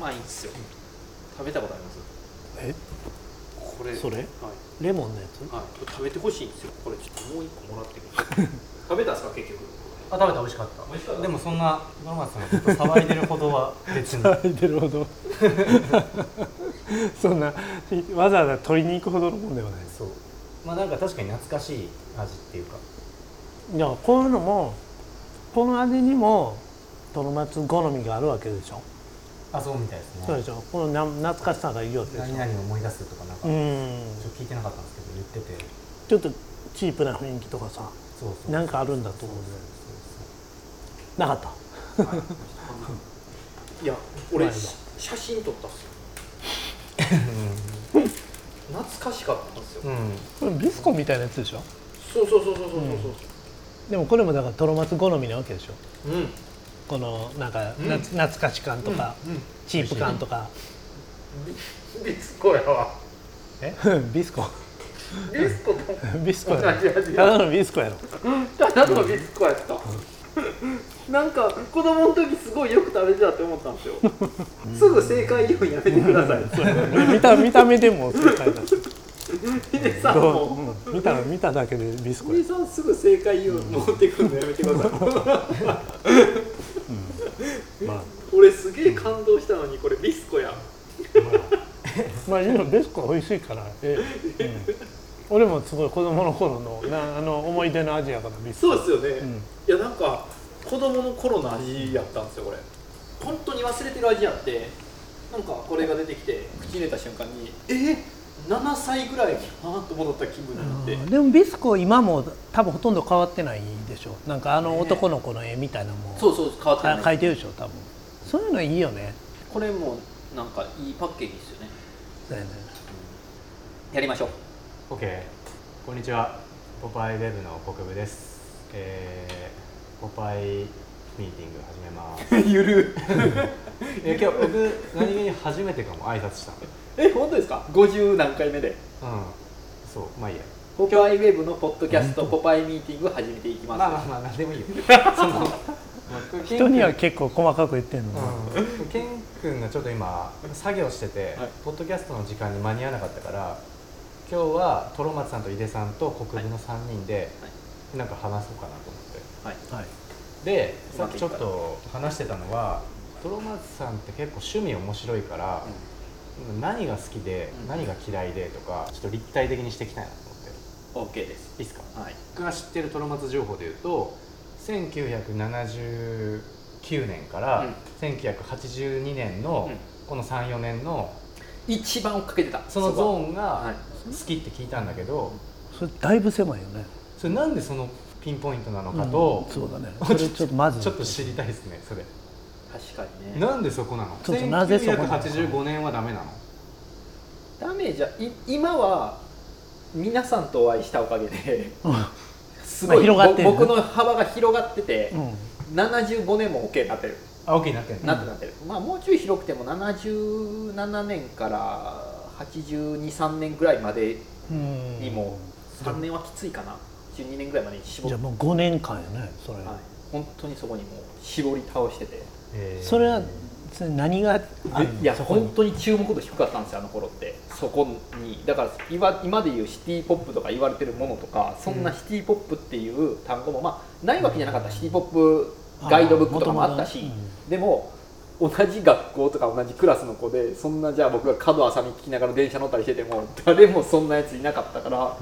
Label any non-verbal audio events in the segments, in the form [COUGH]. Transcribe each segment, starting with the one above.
ないんですよ食べたことありますえこれそれはい、レモンのや [LAUGHS] つはい、これ食べてほしいんですよこれちょっともう一個もらってください [LAUGHS] 食べたんですか結局あ食べた美味しかった美味しかったでもそんな五郎松さんがずっと騒いでるほどは別 [LAUGHS] に騒いでるほどそんなわざわざ取りに行くほどのもんではないですそうまあなんか確かに懐かしい味っていうかいやこういうのもこの味にもトロマツ好みがあるわけでしょ、あそうみたいですねそうでしょこのな懐かしさがいいよってでし何ょ々を思い出すとかなんうか、ちょんっと聞いてなかったんですけど言っててちょっとチープな雰囲気とかさそうそうなんかあるんだとそう思そううそんだようなかったいや俺前だし写真撮ったんですよ懐かしかったんですよ、そううん、うん、これビスコみたいなやつでしょそうそうそうそうそうそうでもこれもだからトロマツ好みなわけでしょそううんこのなんか、うんな懐かし感とか、チープ感とか、うんビスコやわえ [LAUGHS] ビスコビスコと [LAUGHS] ビスコや同じ味ろただのビスコやろ [LAUGHS] ただのビスコやった、なんか子供の時すごいよく食べてたって思ったんですよすぐ正解言うんやめてくださいそうやろ見た見た目でも正解だしヒデさんどうもうん見た見ただけでビスコヒデやさんすぐ正解言う持ってくるのやめてくださいまあ俺すげえ感動したのにこれビスコやまあ今ベスコ美味しいから、えうん俺もすごい子供の頃のなあの思い出の味やからビスコそうですよね、うんいやなんか子供の頃の味やったんですよこれ本当に忘れてる味やってなんかこれが出てきて口に入れた瞬間にえ7歳ぐらいかなと戻った気分になってでもビスコ今も多分ほとんど変わってないでしょなんかあの男の子の絵みたいなのもそうそう変わってかな描いいてるでしょ多分そういうのいいよねこれもなんかいいパッケージですよねだよねやりましょう OK こんにちはポパイウェブの国部ですえー、ポパイミーティング始めます [LAUGHS] ゆるえ今日僕何気に初めてかも挨拶したえ本当ですか50何回目でのうんそうまあいいやポパイウェブのポッドキャストポパイミーティング始めていきままあす、まあまあ何でもいいよその人には結構細かく言ってんの、うん、ケン君がちょっと今作業してて、はいポッドキャストの時間に間に合わなかったから今日はトロマツさんと井出さんと国分の3人で、なんか話そうかなと思ってはい、はい、でうさまっくきいちょくっかと話してたのはトロマツさんって結構趣味面白いから、何が好きで、うん何が嫌いでとかちょっと立体的にしていきたいなと思ってうん、OK ですいいっすかはい僕が知ってるトロマツ情報でいうと1979年かうらん1982年のこの34年の一番追っかけてたそのゾーはいンが好きって聞いたんだけどそれだいぶ狭いよねそれなんでそのピンポイントなのかとうんそうだねそれちょっとまずちょっと知りたいですねそれ確かにねなんでそこなのちょっとなぜそこなのか1985年はダメなのダメージはい今は皆さんとお会いしたおかげ [LAUGHS] でうすごい、広がってるぼ僕の幅が広がってて、ん、うん75年も OK になってる、あ OK になってんのなってなってるまあもうちょい広くても77年から823年ぐらいまでうんにも3年はきついかな12年ぐらいまでに絞っじゃてあ、もう5年間よねそれ、はい、本当にそこにもう絞り倒しててえーそれはそれ何があるのいやそこに本当に注目度低かったんですよあの頃ってそこにだから今今で言うシティ・ポップとか言われてるものとかそんなシティ・ポップっていう単語もまあないわけじゃなかった、シティ・ポップガイドブックとかもあったし、あー元々ねでも同じ学校とか同じクラスの子でそんなじゃあ僕が角浅見聞きながら電車乗ったりしてても誰もそんなやついなかったから、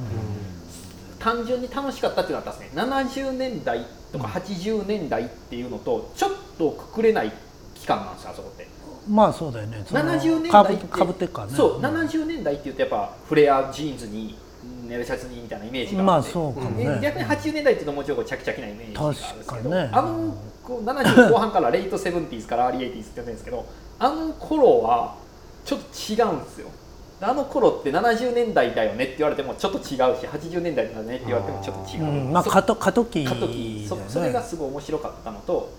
単純に楽しかったっていうのはあったんですね70年代とか80年代っていうのとちょっとくくれない期間なんですよあそこって。まあそうだよねその70年代かっぶてかぶってっからねそう、ん70年代っていうとやっぱフレアジーンズにネルシャツにみたいなイメージがまああって、そうかもね、で逆に80年代っていうともうちょいこうチャキチャキなイメージがあるんですけ確ど、かにねあのこう70後半からレイトセブンティーズからアーリーエイティーズって言ってるんですけどあの頃はちょっと違うんですよあの頃って70年代だよねって言われてもちょっと違うし80年代だよねって言われてもちょっと違うう、ん、まあそ過渡過渡期だ過よ渡ね期そそれがすごい面白かったのと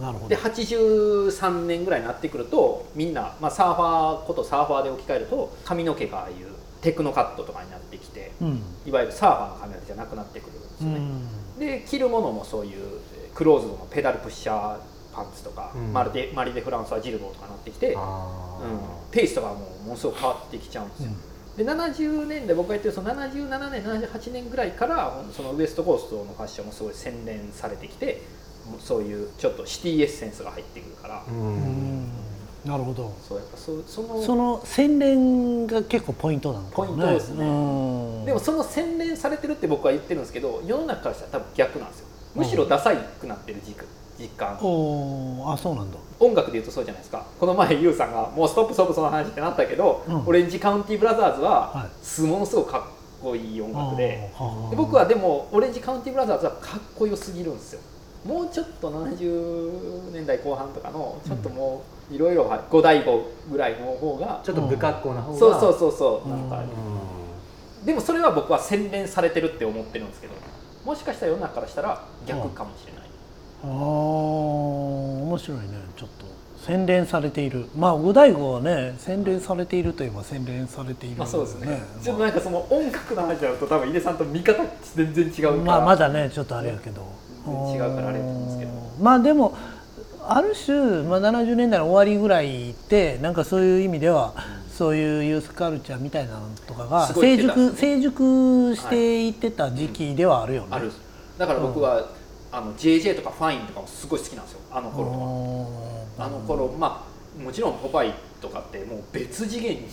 なるほでど83年ぐらいになってくるとみんな、まあ、サーファーことサーファーで置き換えると髪の毛がああいうテクノカットとかになってきてうん、いわゆるサーファーの髪の毛じゃなくなってくるんですうよね、ん、で着るものもそういうえークローズドのペダルプッシャーパンツとか、うんマルデマリデ・フランスはジルドーとかなってきて、うん、あペースとかはもうものすごく変わってきちゃうんですよ、で70年代僕が言ってるその77年78年ぐらいからそのウエストコーストのファッションもすごい洗練されてきてもうそういうちょっとシティエッセンスが入ってくるから、ーううんんなるほどそうやっぱそそのその洗練が結構ポイントなのかもポイントですねうんでもその洗練されてるって僕は言ってるんですけど世の中からしたら多分逆なんですよむしろダサいくなってる軸実感おーあそうなんだ音楽で言うとそうじゃないですかこの前ユウさんが「もうストップストップその話」ってなったけど、うんオレンジカウンティーブラザーズはは、すものすごくかっこいい音楽であーで僕はでもオレンジカウンティーブラザーズはかっこよすぎるんですよもうちょっと70年代後半とかのちょっともういろいろ五大五ぐらいの方が、ちょっと不格好な方がそうそうそうそうなんうかんでもそれは僕は洗練されてるって思ってるんですけどもしかしたら世の中からしたら逆かもしれない、あー面白いねちょっと洗練されているまあ五大悟はね洗練されているといえば洗練されているんだまあよそうですねちょっとまなんかその音楽の話になると多分井出さんと見方全然違うかあら、まあまだねちょっとあれやけど全然違うからあれやと思うんですけどうんまあでもある種、まあ、70年代の終わりぐらいってなんかそういう意味では、そういうユースカルチャーみたいなのとかがすごい成来てた熟成熟していってた時期ではあるよね。あるだから僕は、あの JJ とかファインとかもすごい好きなんですよあの頃は、うんあの頃まあもちろんポパイとかってもう別次元に、ん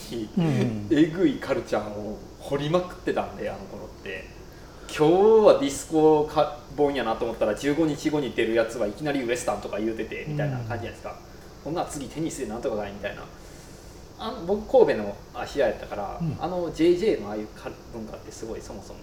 えぐいカルチャーを掘りまくってたんであの頃って今日はディスコか本やなと思ったら15日後に出るやつはいきなりウエスタンとか言うててみたいな感じじゃないですか、こんなん次テニスでなんとかないみたいなあの僕神戸の芦屋やったから、うんあの JJ のああいうカル文化ってすごいそもそも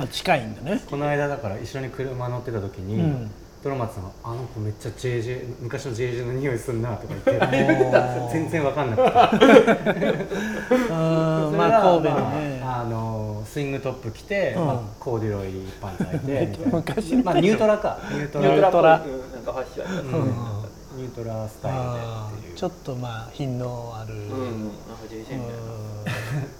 あ近いんだ [LAUGHS] ね。この間だから一緒に車乗ってた時に、うんトロマツさんが「あの子めっちゃ JJ 昔の JJ の匂いすんな」とか言って [LAUGHS] おー全然わかんなかったあそーれまあが神戸のね、まああのスイングトップ着て、うんまあコーデュロイパンツ履いてみたい [LAUGHS] な昔のまあニュートラかニュートニューラトラっぽいうんなんかファッションやったうら、うんんニュートラスタイあルでっていーうちょっとまあ品のある、うんなんか JJ みたいな、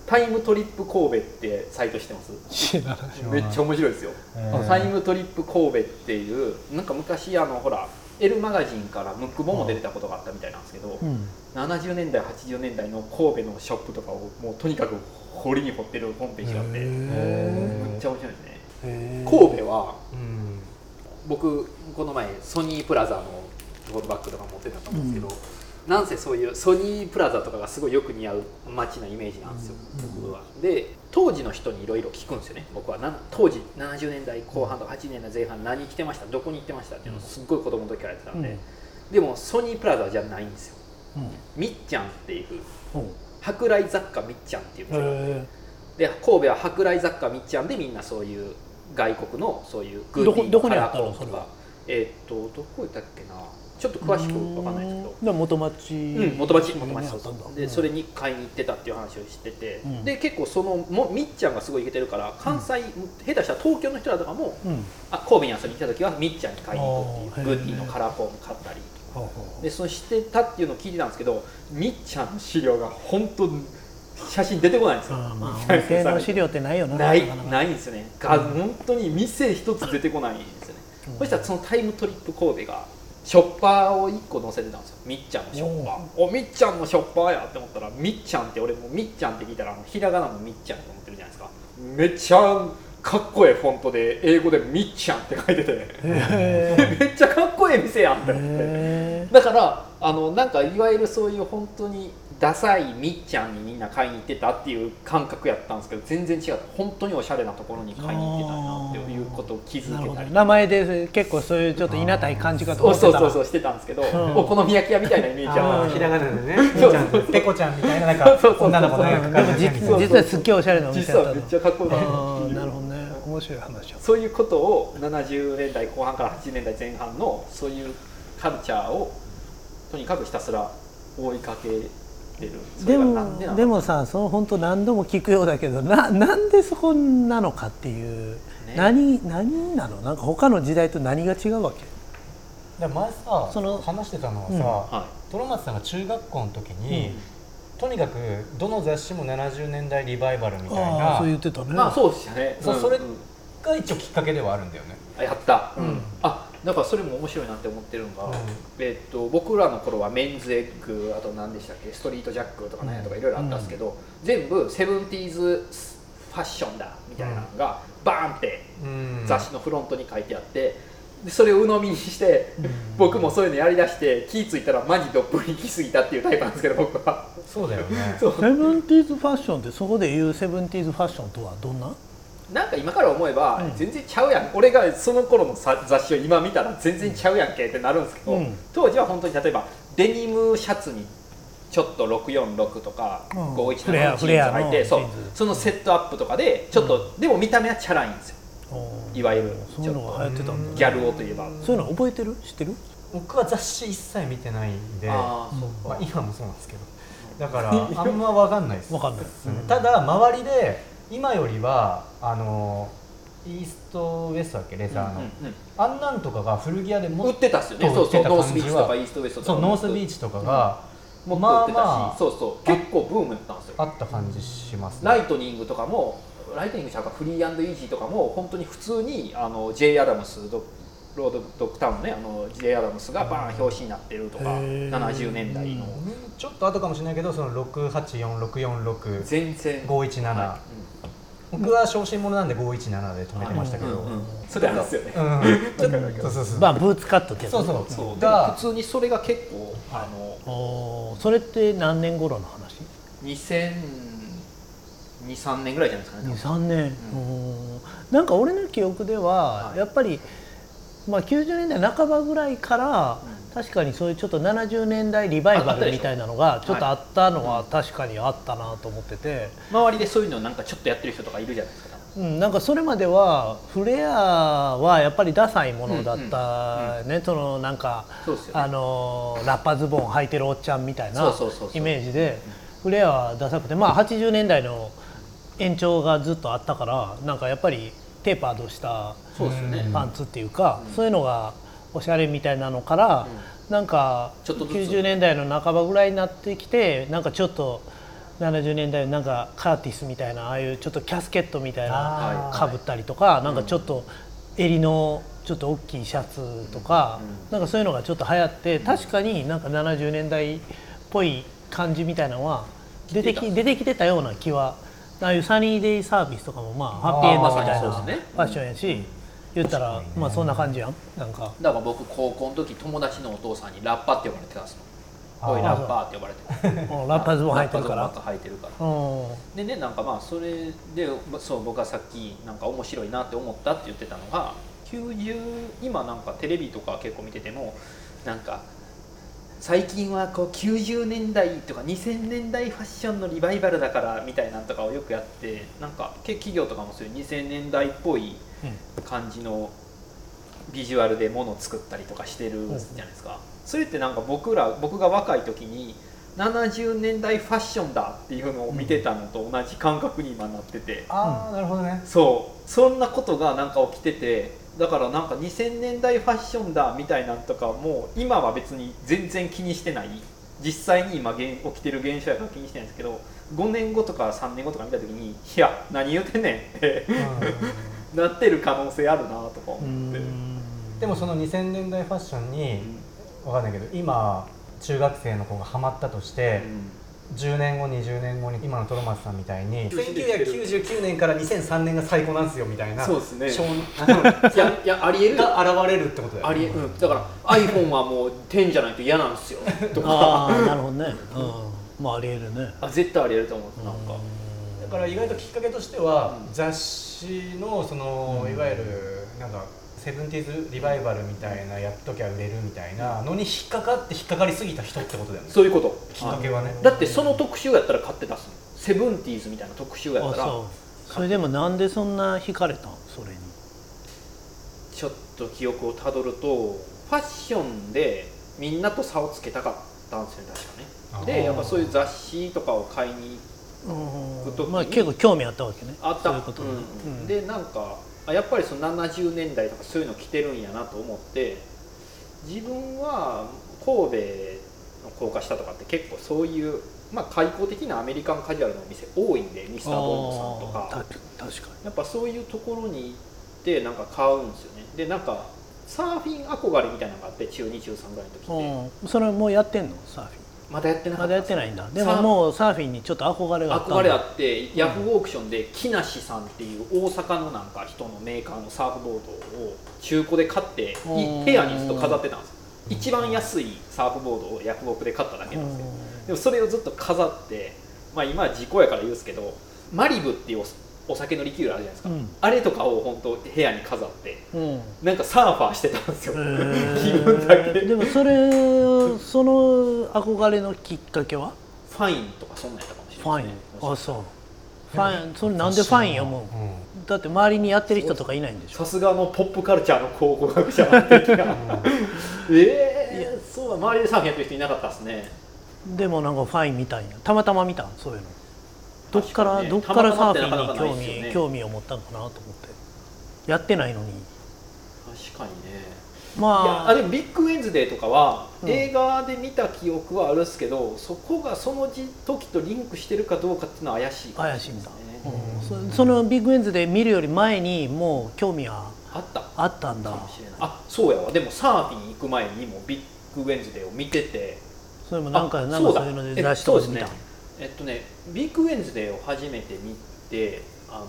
タイムトリップ神戸ってサイトしてます知らないめっちゃ面白いですよえあータイムトリップ神戸っていうなんか昔あのほら「エルマガジン」からムックボも出てたことがあったみたいなんですけど、うん70年代80年代の神戸のショップとかをもうとにかく掘りに掘ってるホームページがあってへめっーちゃ面白いですねへー神戸はうん僕この前ソニープラザのゴールバッグとか持ってたと思うんですけど、なんせそういうソニープラザとかがすごいよく似合う街なイメージなんですよ、僕はで当時の人にいろいろ聞くんですよね僕はな当時70年代後半とか80年代前半何着てましたどこに行ってましたっていうのをすっごい子供の時からやってたんで、でもソニープラザじゃないんですようんみっちゃんっていうほう舶来雑貨みっちゃんっていう店があってへで神戸は舶来雑貨みっちゃんでみんなそういう外国のそういうグどーこティーどこにあったカラのコンとそれかはえーっとどこだっけなちょっとー詳しくわかんないですけどうで元町うん、元町元町にあそうったんだそうでそれに買いに行ってたっていう話をしてて、うんで結構そのもみっちゃんがすごい行けてるから関西、下手したら東京の人らとかもうんあ神戸に遊びに来た時はみっちゃんに買いに行くってあいうーグへーーティーのカラーコーン買ったりほうほうでそしてたっていうのを聞いてたんですけどみっちゃんの資料が本当に写真出てこないんですよ。あーまあお店の資料ってないよなないかかないんですよねが、本当に店一つ出てこないんですよね、うんそしたらそのタイムトリップ神戸がショッパーを1個載せてたんですよみっちゃんのショッパーおみっちゃんのショッパーやって思ったらみっちゃんって俺もうみっちゃんって聞いたらあのひらがなのみっちゃんって思ってるじゃないですかめっちゃかっこええフォントで英語で「みっちゃん」って書いててへ [LAUGHS] ーめっちゃかっこええ店やんって思って。へだからあのなんかいわゆるそういう本当にダサいみっちゃんにみんな買いに行ってたっていう感覚やったんですけど全然違う本当におしゃれなところに買いに行ってたなっていうことを気ーなづるけほどたり名前で結構そういうちょっといなたい感じかそとう思ってそたうそううそうしてたんですけど、んお好み焼き屋みたいなイメージあはーひらがなでねそう [LAUGHS] みっちゃんとペコちゃんみたいななんかそうそうそう女の子の絵が描かれてるみたいなそう実はすっげえおしゃれなお店実だったはめのっちゃかっこよかあったーなるほどね面白い話だそういうことを70年代後半から80年代前半のそういうカルチャーをとにかくひたすら追いかけてるそれでがなんなのもでもさその本当何度も聞くようだけどななんでそこなのかっていう、ね何何なのなんか他の時代と何が違うわけで前さその話してたのはさ、はトロマツさんが中学校の時い、に、とにかくどの雑誌も70年代リバイバルみたいああなそう言ってたねまあそうでしたねそううんそれうんが一応きっかけではあるんだよねあやった、あだからそれも面白いなって思ってるのが、うんえっと僕らの頃はメンズエッグあと何でしたっけストリートジャックとか何やとかいろいろあったんですけど、全部セブンティーズファッションだみたいなのがバーンってうん雑誌のフロントに書いてあってでそれを鵜呑みにして僕もそういうのやりだして気ぃ付いたらマジどっぷり行き過ぎたっていうタイプなんですけど僕はそうだよねそうセブンティーズファッションってそこで言うセブンティーズファッションとはどんななんか今から思えばうん全然ちゃうやん、俺がその頃のさ雑誌を今見たら全然ちゃうやんけってなるんですけど、うん当時は本当に例えばデニムシャツにちょっと646とかうん517フレアのジーンズ履いて、フレアのそうジーンズそのセットアップとかでちょっと、でも見た目はチャラいんですよいわゆるそういちょうっのとが流行ってたんだギャル男といえば、そういうの覚えてる知ってる僕は雑誌一切見てないんでああそうまあ、今もそうなんですけどだからあんま分かんないですわかんないうんただ周りで今よりはあのイーストウエストだっけレザーの、うんうんあんなんとかが古着屋でも売ってたっすよねそそううそう売ってた感じはノースビーチとかイーストウエストとかそうノースビーチとかが、もっとま売っあてたし、まそうそう結構ブームやったんですあよあった感じしますライトニングとかもライトニングちゃうかフリーイージーとかも本当に普通にあの J ・アダムスドロードドッグタウンのねあの J ・アダムスがバーン表紙になってるとかへー70年代のうんちょっと後かもしれないけどその684646全然517、は僕は小心者なんで517で止いめてましたけど、うんうんうんそれあるんですよね [LAUGHS] うんちょっとそうそうそう、まあブーツカットってやつそうそうそうでもが普通にそれが結構あのおーそれって何年頃の話2002、3年ぐらいじゃないですかね23年、うおーなんか俺の記憶では、はいやっぱり、まあ、90年代半ばぐらいから、う確かにそういうちょっと70年代リバイああバったでルしょみたいなのがちょっとあったのははい確かにあったなと思ってて、周りでそういうのなんかちょっとやってる人とかいるじゃないですかうん、なんかそれまではフレアはやっぱりダサいものだったね、そのなんかそうですよねあのーラッパズボン履いてるおっちゃんみたいなそうそうそうそうイメージでフレアはダサくてまあ80年代の延長がずっとあったからなんかやっぱりテーパードしたそうですよねパンツっていうか、そういうのがおしゃれみたいなのから、なんかちょっとずつ90年代の半ばぐらいになってきてなんかちょっと70年代のなんかカーティスみたいなああいうちょっとキャスケットみたいなあーかぶったりとかなんかちょっと襟のちょっと大きいシャツとか、なんかそういうのがちょっと流行って確かになんか70年代っぽい感じみたいなのは出てき出てきてたような気はああいうサニーデイサービスとかもまあハッピーエンドみたいなあーまフさにそうですねァッションやし言ったらまあそんな感じやんなんかだから僕高校の時友達のお父さんにラッパって呼ばれてたんですよあーおいラッパーって呼ばれてたうんラッパズボン履いてるかラッらパズボン履いてるからうんでねなんかまあそれでまそう僕がさっきなんか面白いなって思ったって言ってたのが90今なんかテレビとか結構見ててもなんか最近はこう90年代とか2000年代ファッションのリバイバルだからみたいなんとかをよくやってなんかけ企業とかもそういう2000年代っぽい感じのビジュアルで物を作ったりとかしてるじゃないですか、それってなんか僕ら僕が若い時に70年代ファッションだっていうのを見てたのと同じ感覚に今なってて、ああなるほどねそうそんなことがなんか起きててだからなんか2000年代ファッションだみたいなんとかもう今は別に全然気にしてない実際に今現起きてる現象やから気にしてないんですけど5年後とか3年後とか見た時にいや何言うてんねんってなってる可能性あるなとか思って。うんでもその2000年代ファッションにわかんないけど今中学生の子がハマったとして、10年後20年後に今のトロマスさんみたいに1999年から2003年が最高なんですよみたいなそうですね少年いやいやありえるが現れるってことだよありえうんだから iPhone はもう10じゃないと嫌なんですよとかああなるほどねうんまあありえるねあ絶対ありえると思うなんかだから意外ときっかけとしては、うん雑誌のその、いわゆるなんかセブンティーズリバイバルみたいなやっときゃ売れるみたいなのに引っかかって引っかかりすぎた人ってことだよねそういうこときっかけはねだってその特集やったら買って出すのセブンティーズみたいな特集やあったらそうそれでもなんでそんな惹かれたんそれにちょっと記憶をたどるとファッションでみんなと差をつけたかったんですよね確かあねーでやっぱそういう雑誌とかを買いにうんまあ結構興味あったわけねあったそういうことねうんうんでなんかあやっぱりその70年代とかそういうの着てるんやなと思って自分は神戸の高架下とかって結構そういう、まあ、開放的なアメリカンカジュアルのお店多いんでミスターボンドさんとかあーた確かやっぱそういうところに行ってなんか買うんですよねでなんかサーフィン憧れみたいなのがあって中2中3ぐらいの時って、うん、それもうやってんのサーフィンまだやってなかまっただやってないないんだでもサーもうサーフィンにちょっと憧れがあったんだ憧れあってヤフーオークションで木梨さんっていう大阪のなんか人のメーカーのサーフボードを中古で買っていうん部屋にずっと飾ってたんですよ一番安いサーフボードをヤフオクで買っただけなんですよでもそれをずっと飾ってまあ今は事故やから言うんですけどマリブっていうおお酒のリキュールあるじゃないですか、うんあれとかを本当部屋に飾って [LAUGHS] うんうんなんかサーファーしてたんですよ、 [LAUGHS] 気気分だけででもそれその憧れのきっかけはファインとかそんなんやったかもしれフなァいイですンねあそうファインそれなんでファイン思ううんだって周りにやってる人とかいないんでしょさすがのポップカルチャーの考古学者的なええそうだ周りでサーフィンやってる人いなかったですねでもなんかファインみたいなたまたま見たそういうのどっから、確にどっねからサーフたまたィまってンになかな興かない味、ですよね興味を持ったのかなと思ってやってないのに確かにねいやまああれビッグウェンズデーとかはうん映画で見た記憶はあるんですけど、そこがその時時とリンクしてるかどうかっていうのは怪しいかも怪れしいんだ、なですねうんそそのビッグエンズで見るより前にもう興味はあったかあったんだもしれないあそうやわでもサーフィン行く前にもビッグウェンズデーを見ててそれもなんあかなんそかうだそういうのえで出しとそう見ですたねえっとねビッグウェンズデーを初めて見てあの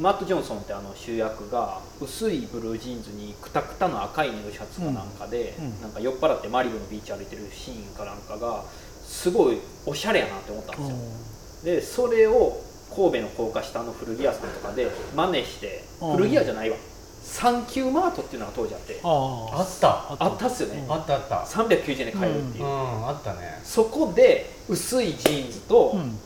マット・ジョンソンってあの主役が薄いブルージーンズにくたくたの赤いネグシャツかなんかで、うんうんなんか酔っ払ってマリブのビーチ歩いてるシーンかなんかがすごいおしゃれやなって思ったんですよ、でそれを神戸の高架下の古着屋さんとかで真似してうん古着屋じゃないわサンキューマートっていうのが当時あってあああったったっすよね、うんあったあった390円で買えるっていう、うんあったねそこで薄いジーンズと、あ、うん、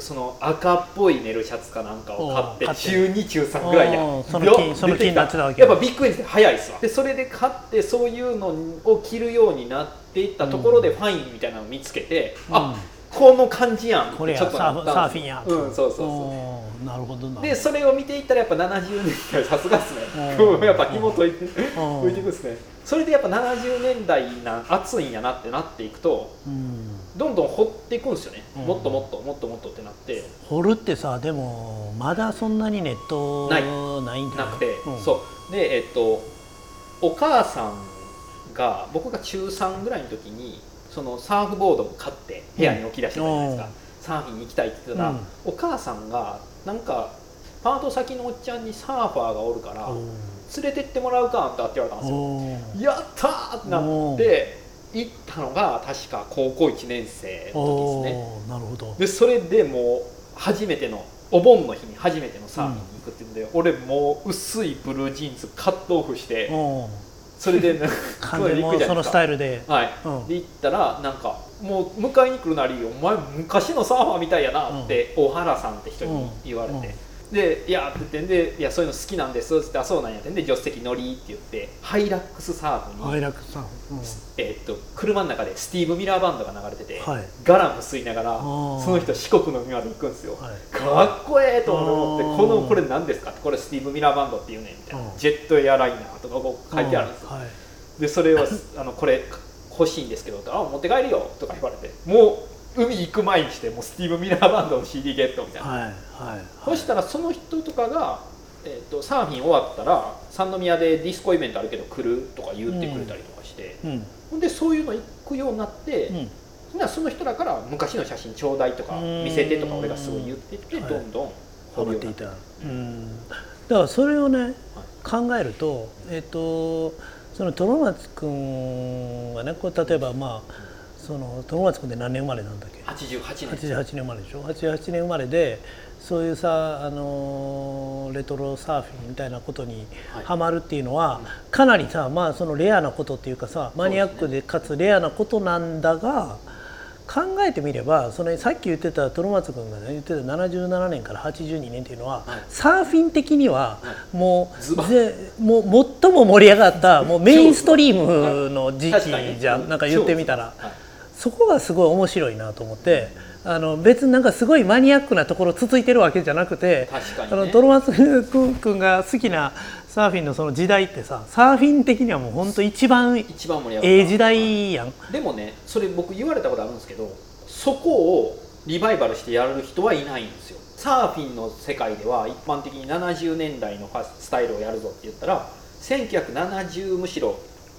その赤っぽいネルシャツかなんかを買っておう買って中2中3ぐらいやおうその気よその気になってたわけやっぱビッグエンジン早いっすわでそれで買ってそういうのを着るようになっていったところでファインみたいなのを見つけて、うんあこの感じやんこれやちょっとなったんですよサーフィンやうんそうそうそおーなるほどなうでそれを見ていったらやっぱ70年代さすがっすねうんやっぱ紐解いて [LAUGHS] うん解いていくっすねそれでやっぱ70年代な熱いんやなってなっていくとうんどんどん掘っていくんですよね、うんもっともっともっともっとってなって掘るってさでもまだそんなにネットないないんじゃなないくて、んそうでえっとお母さんが僕が中3ぐらいの時にそのサーフボードを買って部屋に置き出してたじゃないですか、うんサーフィンに行きたいって言ってたら、うんお母さんがなんかパート先のおっちゃんにサーファーがおるからお連れてってもらうかあんたって言われたんですよーやったーってなって行ったのが確か高校1年生の時おですねーなるほどでそれでもう初めてのお盆の日に初めてのサーフィンに行くっていうんで、俺もう薄いブルージーンズカットオフしておーそれで [LAUGHS] なんか完全にもうそのスタイルではい、うんで行ったらなんかもう迎えに来るなり「お前昔のサーファーみたいやな」って大原さんって人に言われて、うんうんで「いや」って言ってんで「いやそういうの好きなんです」って言ってあ「そうなんや」ってんで「助手席乗り」って言ってハイラックスサーフハに、イラックスさん、うんえーっと車の中でスティーブ・ミラーバンドが流れてて、はいガラム吸いながらあそーの人四国の海まで行くんですよ、はいかっこええと思ってあーこのこれ何ですかってこれスティーブ・ミラーバンドっていうねんみたいなうんジェットエアライナーとかこう書いてあるんですよはいでそれをあのこれ欲しいんですけどってあ持って帰るよとか言われてもう海行く前にしてもうスティーブ・ミラーバンドの CD ゲットみたいな、はいはいそしたらその人とかが、えー、とサーフィン終わったら三宮でディスコイベントあるけど来るとか言ってくれたりとかして、うんほんでそういうの行くようになって、うんほなその人らから昔の写真ちょうだいとか見せてとか俺がすごい言ってってうんどんどん掘るっようにてなっいてたうんだからそれをね、考えるとえっ、とそのトロマツ君はねこう例えばまあそのトロマツ君って何年生まれなんだっけ88年88年生まれでしょ88年生まれでそういうさ、あのーレトロサーフィンみたいなことにはいハマるっていうのは、かなりさ、まあ、そのレアなことっていうかさマニアックでかつレアなことなんだが、考えてみればそのさっき言ってたトロマツ君が、ね、言ってた77年から82年っていうのは、はいサーフィン的にはもズバう,ぜ、もう最も盛り上がったもうメインストリームの時確かに期じゃんなんか言ってみたら。はいそこがすごい面白いなと思ってあの別になんかすごいマニアックなところつついてるわけじゃなくて確かにあねのトロマツ君君が好きなサーフィンのその時代ってさサーフィン的にはもう本当一番え一番盛り上がったえ時代やん。でもねそれ僕言われたことあるんですけどそこをリバイバルしてやる人はいないんですよサーフィンの世界では一般的に70年代のファススタイルをやるぞって言ったら1970むしろ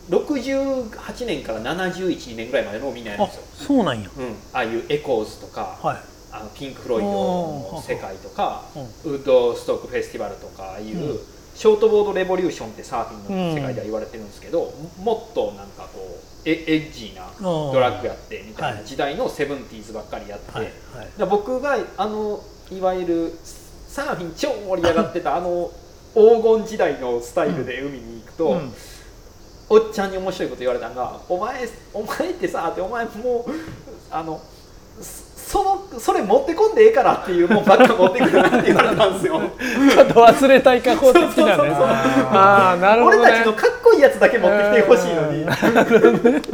68年から71年ぐらいまでのをみんなやるんあですよ、そうなんや。うん、ああいうエコーズとか、はあのピンク・フロイドの世界とかうんウッドストック・フェスティバルとかああいう、うんショートボード・レボリューションってサーフィンの世界では言われてるんですけど、もっとなんかこうエエッジーなうんドラッグやってみたいはない時代のセブンティーズばっかりやって、いはいだから僕があのいわゆるサーフィン超盛り上がってたあの黄金時代のスタイルで海に行くと、はい。うんおっちゃんに面白いこと言われたのが「お前お前ってさ」って「お前もうあのそそのそれ持ってこんでええから」っていうもんばっか持ってくるなって言われたんですよちょっと忘れたい加工的そうそうなそうね。そうああ [LAUGHS] なるほ俺どたちねの。かっこいいやつだけ持ってきてほしいのにうん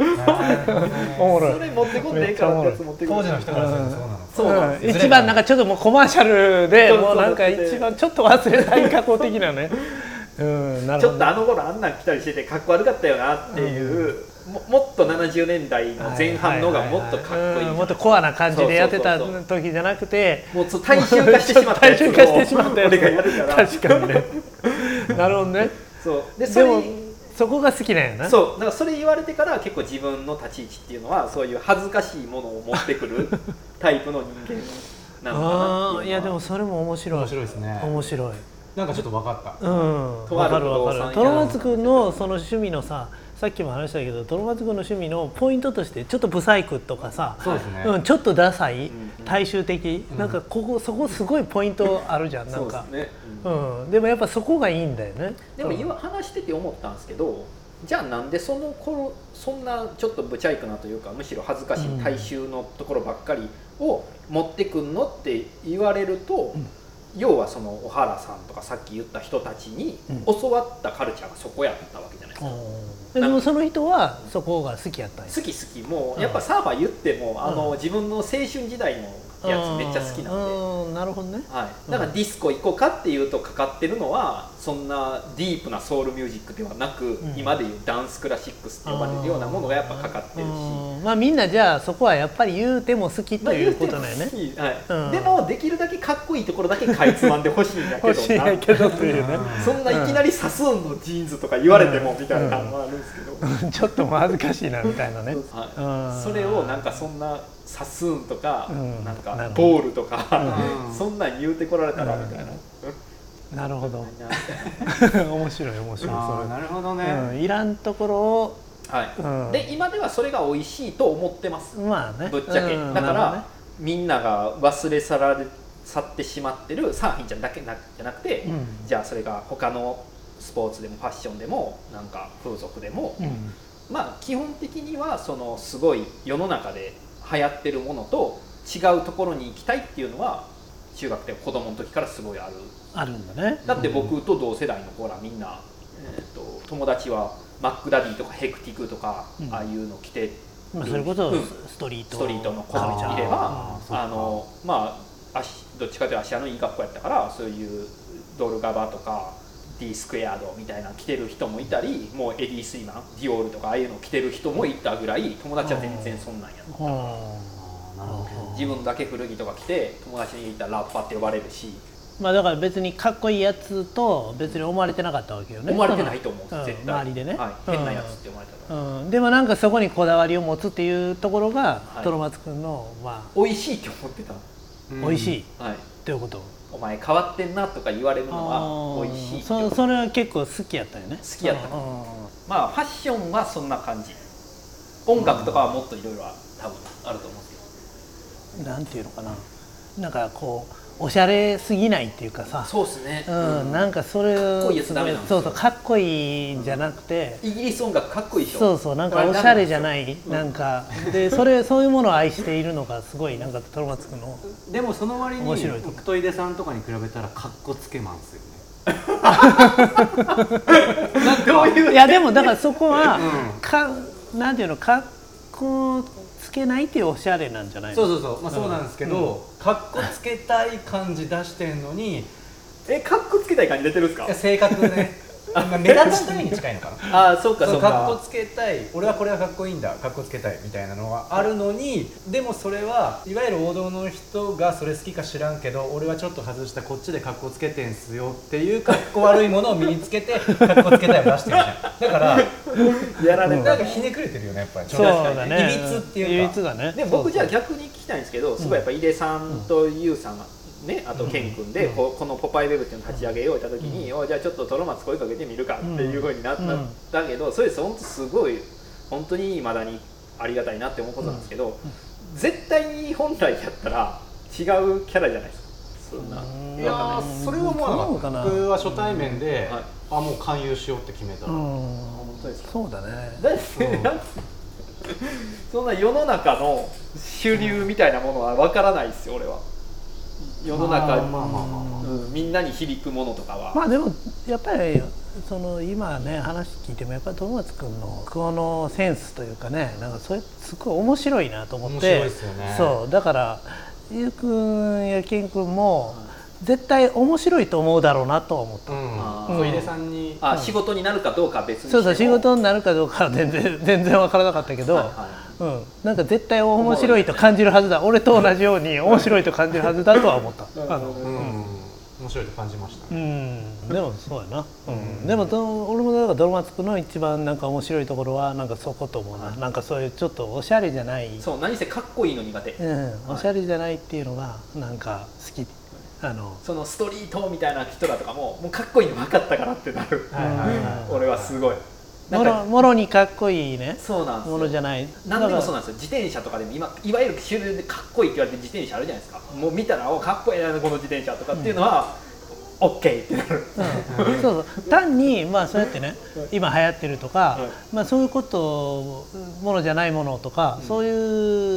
おも当ろいそ。れ持ってこんでええからってやつ持ってくる時の人からするとそうなのかそうなんですうん一番なんかちょっともうコマーシャルでそうそうもうなんか一番ちょっと忘れたい加工的なね。うんなちるょほっとど。あの頃あんなん来たりしててかっこ悪かったよなっていう、ももっと70年代の前半のがもっとかっこいいうんもっとコアな感じでやってたそうそう時じゃなくて。もうちょっと大衆化してしまったやつを大衆化してしまったやつ俺がやるから確かにね。 [LAUGHS] なるほどね。そうでそでれもそこが好きなんやな。そうだからそれ言われてから結構自分の立ち位置っていうのはそういう恥ずかしいものを持ってくるタイプの人間なのか [LAUGHS] あなっていうのはあいやでもそれも面白い。面白いですね面白い。なんかちょっと分かったうん、とあわるかるわか不動産屋る。トロマツ君のその趣味のさ、さっきも話したけど、トロマツ君の趣味のポイントとしてちょっとブサイクとかさ、そうですねうん、ちょっとダサいん、大衆的、なんかここそこすごいポイントあるじゃん、なそんうでか。すね、うんうん、でもやっぱそこがいいんだよね。でも今話してて思ったんですけどじゃあなんでその頃そんなちょっとブチャイクなというかむしろ恥ずかしい大衆のところばっかりを持ってくんのって言われると、要はその小原さんとかさっき言った人たちに教わったカルチャーがそこやったわけじゃないですか。うんでもその人はそこが好きやったんや。好き好きもうやっぱサーファー言っても、あの自分の青春時代のやつめっちゃ好きなんで、うん、なるほどね。はい、だからディスコ行こうかっていうとかかってるのはそんなディープなソウルミュージックではなく、ん今でいうダンスクラシックスって呼ばれるようなものがやっぱかかってるし。うんまあみんなじゃあそこはやっぱり言うても好きということだよね。言うても [LAUGHS] いいはいうんでもできるだけかっこいいところだけかいつまんでほしいんだけ欲しいどなやけどというね。そんないきなりサスーンのジーンズとか言われてもみたいなのもあるんですけど、ちょっともう恥ずかしいなみたい [LAUGHS] なね。はうんい、それをなんかそんなサスーンとか、うんなんなかるほどボールとか、うんそんなん言うてこられたらみたいな、なるほど。面白い面白いあーそなるほどれ。ねうん、いらんところを、はい [LAUGHS] うんで今ではそれが美味しいと思ってますまあね。ぶっちゃけ、うんだから、なるほどねみんなが忘れ去られ去ってしまってるサーフィンじゃだけなじゃなくて、うんじゃあそれが他のスポーツでもファッションでもなんか風俗でも、うんまあ基本的にはそのすごい世の中で流行ってるものと違うところに行きたいっていうのは中学で子供の時からすごいあるあるんだね。だって僕と同世代の子らみんな、えー、と友達はマックダディとかヘクティクとか、うんああいうの着てるまあそれこそうんストリート。ストリートの子あもいればあーそうかあのまあ足どっちかというと足のいい学校やったからそういうドルガバとか D スクエアードみたいなの着てる人もいたりもうエディ・スイマンディオールとかああいうの着てる人もいたぐらい友達は全然そんなんやうんなるほど自分だけ古着とか着て友達にいたらラッパって呼ばれるしまあだから別にかっこいいやつと別に思われてなかったわけよね。思われてないと思うんです、ん絶対周りでね。はい、変なやつって思われたら、うん、でもなんかそこにこだわりを持つっていうところが、はいトロマツ君のま美味しいって思ってた、あ、美味しいはい、ということお前変わってんなとか言われるのは美味しいって思そってそれは結構好きやったよね好きやったうんうんうんまあファッションはそんな感じ音楽とかはもっといろいろ多分あると思うんですなんていうのかななんかこうおしゃれすぎないっていうかさけどそうですねうんなんかそれかっこいいやつダメなんですそようそうかっこいいんじゃなくて、イギリス音楽かっこいいでしょそうそうなんかおしゃれじゃないいなんかでそれそういうものを愛しているのがすごいなんかトロマツ君のでもその割に面白いとこ奥戸出さんとかに比べたらかっこつけマンですよねどういういやでもだからそこは、うかなんていうのかっこつけないっていうおしゃれなんじゃないのそうそうそう、まあ、そうなんですけど、かっこつけたい感じ出してんのにいえかっこつけたい感じ出てるんですかや性格ね目立ちたいに近いのかなああそうかそそうのかっこかつけたい俺はこれはかっこいいんだかっこつけたいみたいなのがあるのにでもそれはいわゆる王道の人がそれ好きか知らんけど俺はちょっと外したこっちでかっこつけてんすよっていうかっこ悪いものを身につけてかっこつけたいを出してるじゃんだからやられなたんかひねくれてるよねやっぱりそうだねいびつっていうかいびつだねで僕じゃあ逆に聞きたいんですけどすごいやっぱ井出さんと優さんがねあと健君でこうこの「ポパイウェブ」っていうのを立ち上げようった時に「おじゃあちょっとトロマツ声かけてみるか」っていうふうになったうんんだけどそれ本当すごい本当にいまだにありがたいなって思うことなんですけど絶対に本来やったら違うキャラじゃないですかそんな。いやーそれは思わなかそうったなのかな僕は初対面で、うんはいあもう勧誘しようって決めた、うん本当ですかそうだねだってうんなんか [LAUGHS] そんな世の中の主流みたいなものはわからないですよ俺は世の中、まあまあまあまあまあうんみんなに響くものとかは、まあでもやっぱりその今ね話聞いてもやっぱり友松君の句音のセンスというかねなんかそれすごい面白いなと思って面白いですよねそうだからゆうくんやけんくんも絶対面白いと思うだろうなとは思った、あうーんそう井出さんにあ仕事になるかどうかは別にしてそうもそう仕事になるかどうかは全然全然わからなかったけど、はいはうん、なんか絶対面白いと感じるはずだ俺と同じように面白いと感じるはずだとは思った。あのうん、面白いと感じました、うん、でもそうやな、うん、でもど俺もだからドラマ作るの一番なんか面白いところはなんかそこと思うな、なんかそういうちょっとおしゃれじゃない、いそう何せかっこいいの苦手、うん、おしゃれじゃないっていうのがなんか好きあの、そのストリートみたいな人らとかももうかっこいいの分かったからってなる、はいはいはいはい俺はすごいなもんかろもろにかっこいいねそうなんですもよのじゃない何でもそうだなんですよ自転車とかでも今いわゆる主流でかっこいいって言われて自転車あるじゃないですかもう見たらおかっこいいなこの自転車とかっていうのは、オッケーってなるから、うん、そうそう単にまあそうやってね今流行ってるとか、まあ、そういうことをものじゃないものとか、そうい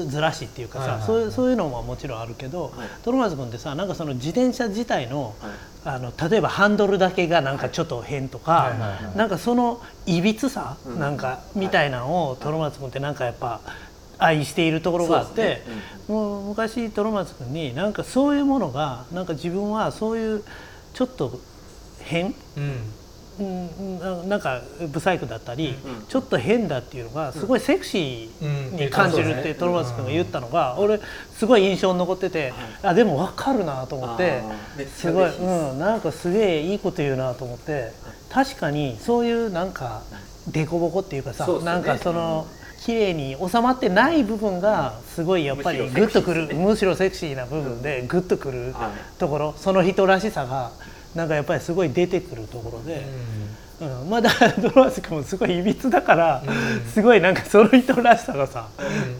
うずらしっていうかはいはいさそうはいいうそういうのももちろんあるけど、はいトロマズ君ってさなんかその自転車自体の、はいあの例えばハンドルだけがなんかちょっと変とか、はいはいはいなんかそのいびつさ、うんなんかみたいなのをトロマツ君ってなんかやっぱ愛しているところがあって、そうですねもう昔トロマツ君になんかそういうものがなんか自分はそういうちょっと変うんうんななんか不細工だったり、うんちょっと変だっていうのがすごいセクシーに感じるってトロマツ君が言ったのが、俺すごい印象に残ってて、あでも分かるなと思ってあーめっちすゃごい、嬉しいですうん、なんかすげえいいこと言うなと思って確かにそういうなんか凸凹っていうかさそうですよなねんかその。綺麗に収まってない部分がすごいやっぱむりしグろッセとクシくーですねるむしろセクシーな部分でグッとくるはいところその人らしさがなんかやっぱりすごい出てくるところで、うんまあだ [LAUGHS] からドロマツ君もすごいいびつだから、すごいなんかその人らしさがさ、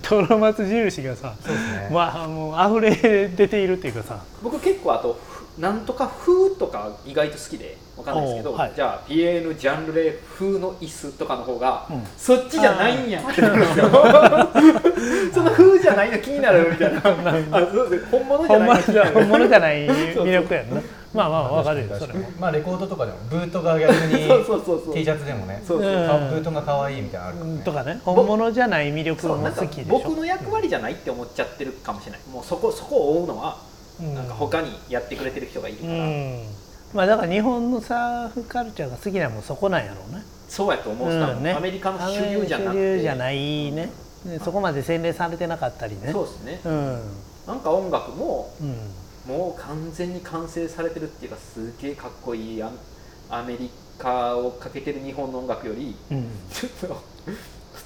トロマツ印がさ、ねまあもう溢れ出ているっていうかさ、僕結構あとふなんとか風とか意外と好きでわかんないですけど、おーはいじゃあ PN ジャンルで風の椅子とかの方が、うんそっちじゃないんやってなるんですよ [LAUGHS] その風じゃないの気になるみ [LAUGHS] たいなあそうです本物じゃ本ない物の気にじなゃる本物じ [LAUGHS] ゃない魅力やんな。まあまあわかるよそれも。まあレコードとかでもブートが逆にそうそうそうそう T シャツでもねそうそうかブートが可愛いみたいなのあるからねとかね本物じゃない魅力そもうなんか好きでし僕ょ。の役割じゃないって思っちゃってるかもしれないもうそこそこを追うのはうんなんか他にやってくれてる人がいるかうら、ん。まあだから日本のサーフカルチャーが好きなのもそこなんやろうね。そうやと思う、うんねアメリカの主流じゃなく主流てじゃないね。ねそこまで洗練されてなかったりね。そうですね、うん。なんか音楽もうん。もう完全に完成されてるっていうかすげえかっこいいアアメリカをかけてる日本の音楽より [LAUGHS] うん。ちょっと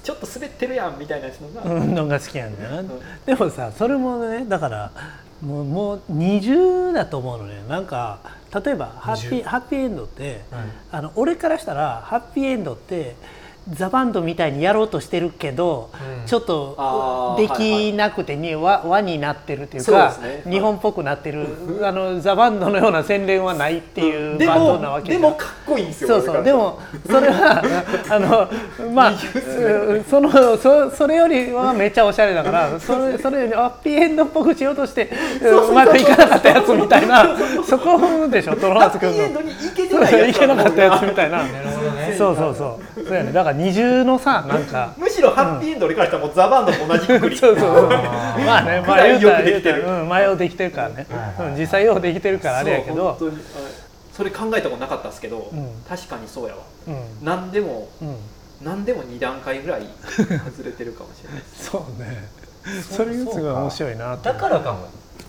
ちょっと滑ってるやんみたいな人が、うんのが好きなんだよんなでもさそれもねだからもうもう20だと思うのねなんか例えばハッピー20ハッピーエンドって、はいあの俺からしたらハッピーエンドってザ・バンドみたいにやろうとしてるけど、うんちょっあとでーはいきなくてに、わ輪になってるっていうそうでかすねはい日本っぽくなってる、あのザ・バンドのような洗練はないっていうでバンドなわもけじでゃんもかっこいいんですよそう俺そかうらしでたらもそれはあのまあうんそのそそれよりはめっちゃおしゃれだからそれそれよりハッピーエンドっぽくしようとしてうんうまくいかなかったやつみたいなそこでしょトロハハツッピ君ーエンのドに行けてそうないそういやつけだなもんかったやつみたいななるほどねそうそうそうそうやねだから二重のさなんかむしろハッピーエンド俺からしたらもうザ・バンドと同じくくり [LAUGHS] そうそうそうまあねまあ言うたら言うたらうんまあようできてるからねはいはいはいうん実際ようできてるからあれやけそう本ど当にはいそれ考えたことなかったですけど、うん確かにそうやわうん何でもうん何でも2段階ぐらい外れてるかもしれないですそうねそれがすごい面白いなとだからかも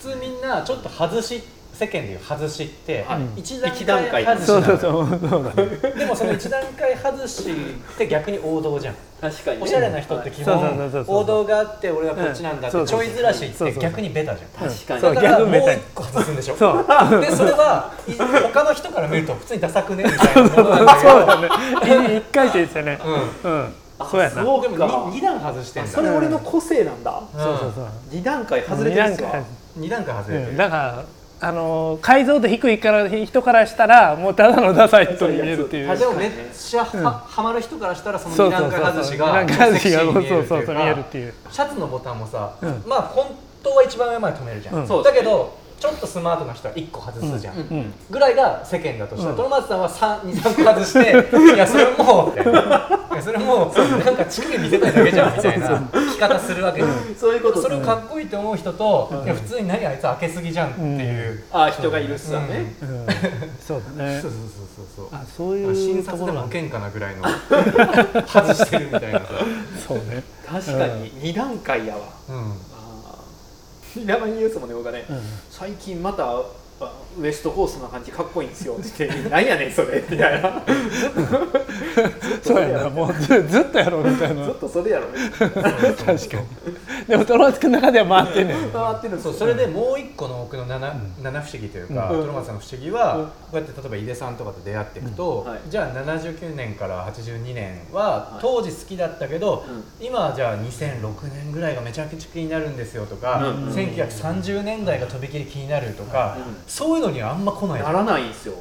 普通みんなちょっと外し世間で [LAUGHS] いう外しってはい一一段段階階外しそうなそうのそうそうだねでもその一段階外しって逆に王道じゃん確かにねおしゃれな人って基そうそうそう本そう王道があって俺はこっちなんだってうんちょいずらしっそうそうてそう逆にベタじゃん確かにそそううだだかから逆もうベタ一個外すんでしょそうでそれはい他の人から見ると普通にダサくねみたいなものなんだけどそうだねい一回転してねうんうんそうやなそうそうでかも 2, 段外してんだそれ俺の個性なんだそうそう2段階外れてるんですわ2段階外れてうるんだからあのー解像度低いから人からしたらもうただのダサい人に見えるっていうそうでそうもめっちゃは,、ハマる人からしたらそのそう2そう段そう階そう外しがなんかセクシーに見えそるうってそいううそうか見えるっていうシャツのボタンもさ、うんまあ本当は一番上まで止めるじゃん、うんそうだけどちょっとスマートな人は1個外すじゃん、うんぐらいが世間だとしたら、うんトロマツさんは23個外し [LAUGHS] ていやそれもみたいないやそれもなんか乳首見せたいだけじゃんみたいな聞き方するわけじゃんそういうことそれをかっこいいと思う人と、いや普通に何あいつ開けすぎじゃんっていう、ああ人がいるっすわねうんそうだねそうそうそうそうそうあそうい診うと察こでろなもん受だけんかなぐらいの外してるみたいなさ、そうね確かに2段階やわうあー稲葉ニュースもね僕はね、うん最近またあウエストコースな感じかっこいいんですよって言って「何やねんそれ」みたいなそうやなもうずずっとやろうみたいずなっとそれやろね確かにでもトロワツ君の中では回ってんねん伝わってるんん、ですそうよそれでもう一個の奥の七,、七不思議というか、うんトロマツさんの不思議は、こうやって例えば井出さんとかと出会っていくと、うんはいじゃあ79年から82年ははい当時好きだったけど、うん今はじゃあ2006年ぐらいがめちゃくちゃ気になるんですよとか、うん1930年代がとびきり気になるとか、うんそういうのにはあんま来ないならないんですよ、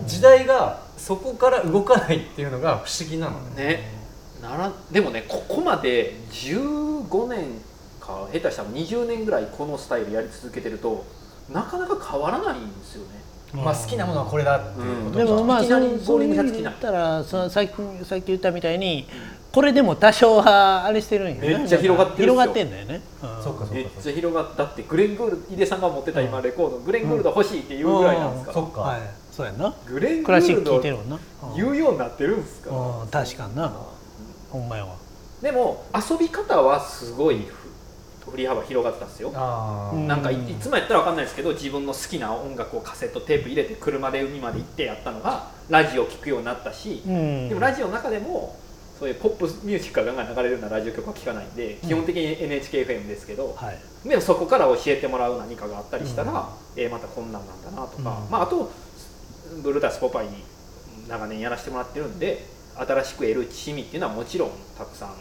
うん時代がそこから動かないっていうのが不思議なのね。ねならでもねここまで15年か下手したら20年ぐらいこのスタイルやり続けてるとなかなか変わらないんですよねまあ好きなものはこれだっていうことでかもまあいきなりそうボそーうリいンうグ意シャツ味で着な言いったらそのさっきさっき言ったみたいにこれでも多少はあれしてるんよねめっちゃ広がってるっすよ広がってんだよねうんそっかそめっっかそちっゃ広がったってグレン・グールド井出さんが持ってた今レコード、グレン・グールド欲しいっていうぐらいなんですかかそら、っか、はいそうやんなグレン・クグラシッークル聴いドてるもんな言うようになってるんですから、うんうん確かになほんまやわでも遊び方はすごいふ振り幅広がったんですよ、あーうんなんかいいつもやったら分かんないですけど自分の好きな音楽をカセットテープ入れて車で海まで行ってやったのがラジオ聴くようになったし、うんでもラジオの中でもそういうポップミュージックがガンガン流れるようなラジオ曲は聴かないんで基本的に NHKFM ですけど、はいでもそこから教えてもらう何かがあったりしたら、えーまたこんなんなんだなとか、うんまあ、あとブルータス・ポパイに長年やらせてもらってるんで新しく得る趣味っていうのはもちろんたくさん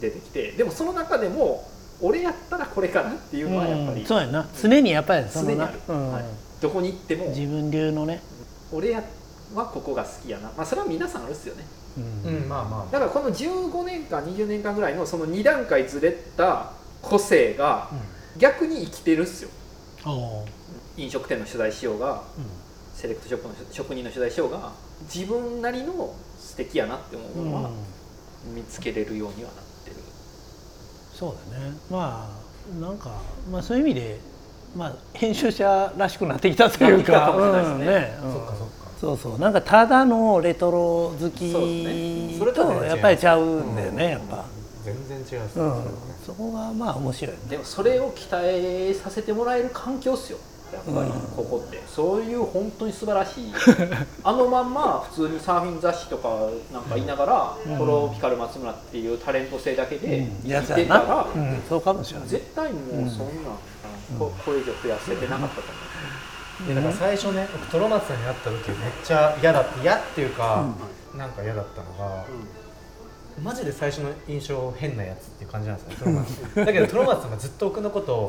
出てきてでもその中でも俺やったらこれかなっていうのはやっぱり、うんそうやな常にやっぱりその常になある、うんはいどこに行っても自分流のね俺やはここが好きやな、まあ、それは皆さんあるっすよねううんまあまだからこの15年間20年間ぐらいのその2段階ずれた個性が逆に生きてるっすよおー飲食店の取材しようがセレクトショップの職人の取材しようが自分なりの素敵やなって思うもうんのうはん見つけれるようにはなってる、そうだねまあなんか、まあ、そういう意味で、まあ、編集者らしくなってきたといなっうかてきたかもしれないですうんねあそっかそうっんかそうそうなんかただのレトロ好きそうですねそれとは全と然やっぱりちゃうんだよね、うんやっぱ、全然違うっすねうんそこがまあ面白いねでもそれを期待させてもらえる環境っすよやっぱりここって、そういう本当に素晴ら [LAUGHS] しいあのまんま普通にサーフィン雑誌とかなんか言いながら、トロピカル松村っていうタレント性だけでうん生やきつてやたなら、、うん、そうかもしれない絶対もうそんなん、ここれ以上増やせてなかったと思う、でだから最初ね僕トロマツさんに会った時めっちゃ嫌だ嫌っていうか、なんか嫌だったのが、マジで最初の印象変なやつっていう感じなんですよね [LAUGHS] トロマツさんだけどトロマツさんがずっと僕のことを、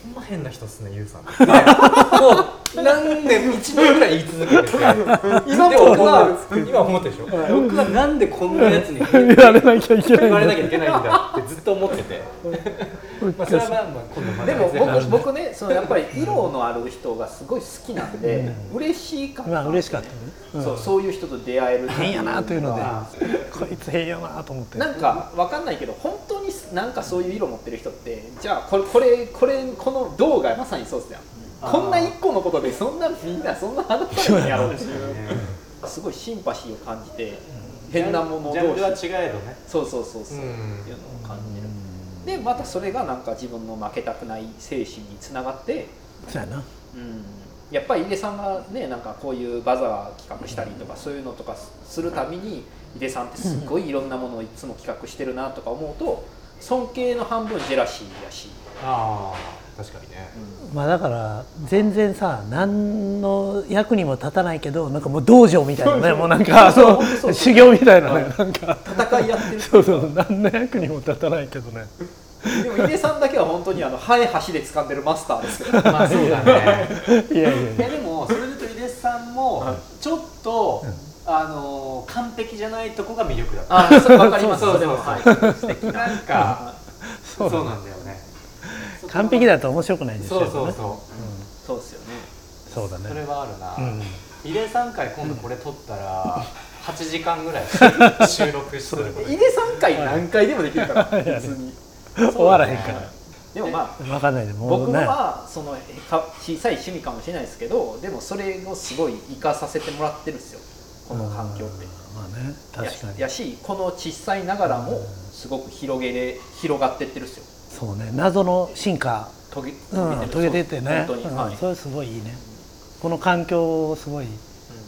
ほんま変な人っすね、ゆうさん。ってもう何年、1年ぐらい言い続けてて、今僕は、今思ってるでしょ、僕はなんでこんなやつに言われなきゃいけない言んわれだなきゃいけないんだってずっと思ってて、まあ、それはまあまあ今度までたも別の話僕僕ねそのやっぱり色のある人がすごい好きなんで嬉しいかった、まあ嬉しかったね、うん、そうそういう人と出会えるって変やなというのではこいつ変やなと思ってなんかわかんないけど本当になんかそういう色持ってる人ってじゃあこれこれこれこの銅がまさにそうっすよあーこんな一個のことでそんなみんなそんな話されるんやろうっていうすごいシンパシーを感じて変なものジャン同ルは違士えどねそうそうそうそう、っていうんうのを感じるでまたそれがなんか自分の負けたくない精神につながって、そうやなうん、やっぱり井出さんがねなんかこういうバザー企画したりとかそういうのとかするたびに井出さんってすごいいろんなものをいつも企画してるなとか思うと尊敬の半分ジェラシーやし、ああ確かにねまあだから全然さ何の役にも立たないけどなんかもう道場みたいなねもうなんかあの修行みたいなねなんか戦いや [LAUGHS] ってるそうそう何の役にも立たないけどねでも井出さんだけは本当にあの生え箸で掴んでるマスターですけどまあそうだねいやいやいいややでもそれで言うと井出さんもちょっと、あのー完璧じゃないとこが魅力だったああそれ分かりますそうそうそうはい素敵ななんかそうなんだよね完璧だと面白くないですよそうねそうそそうですよねそうだうそねれはあるな、うん入れ3回今度これ撮った [LAUGHS] ら8時間ぐらい収録する井出さん回何回でもできるから別 [LAUGHS] に終わらへんからでもまあ分かんないでも僕うのねはそのえか小さい趣味かもしれないですけどでもそれをすごい活かさせてもらってるんですよこの環境ってうんまあね確かやにやしこの小さいながらもすごく広げれ広がってってるんですよそうね謎の進化遂げうん遂げてってね本当に、うんはいそれすごいいいねこの環境をすごい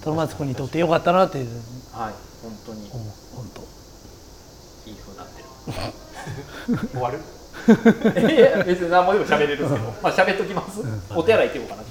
トロマツ君にとってよかったなっていうはい本当に思う本当いい風になってる終わる [LAUGHS] いや別に何もでも喋れるんですけど、まあ喋っときます。お手洗い行ってこうかな。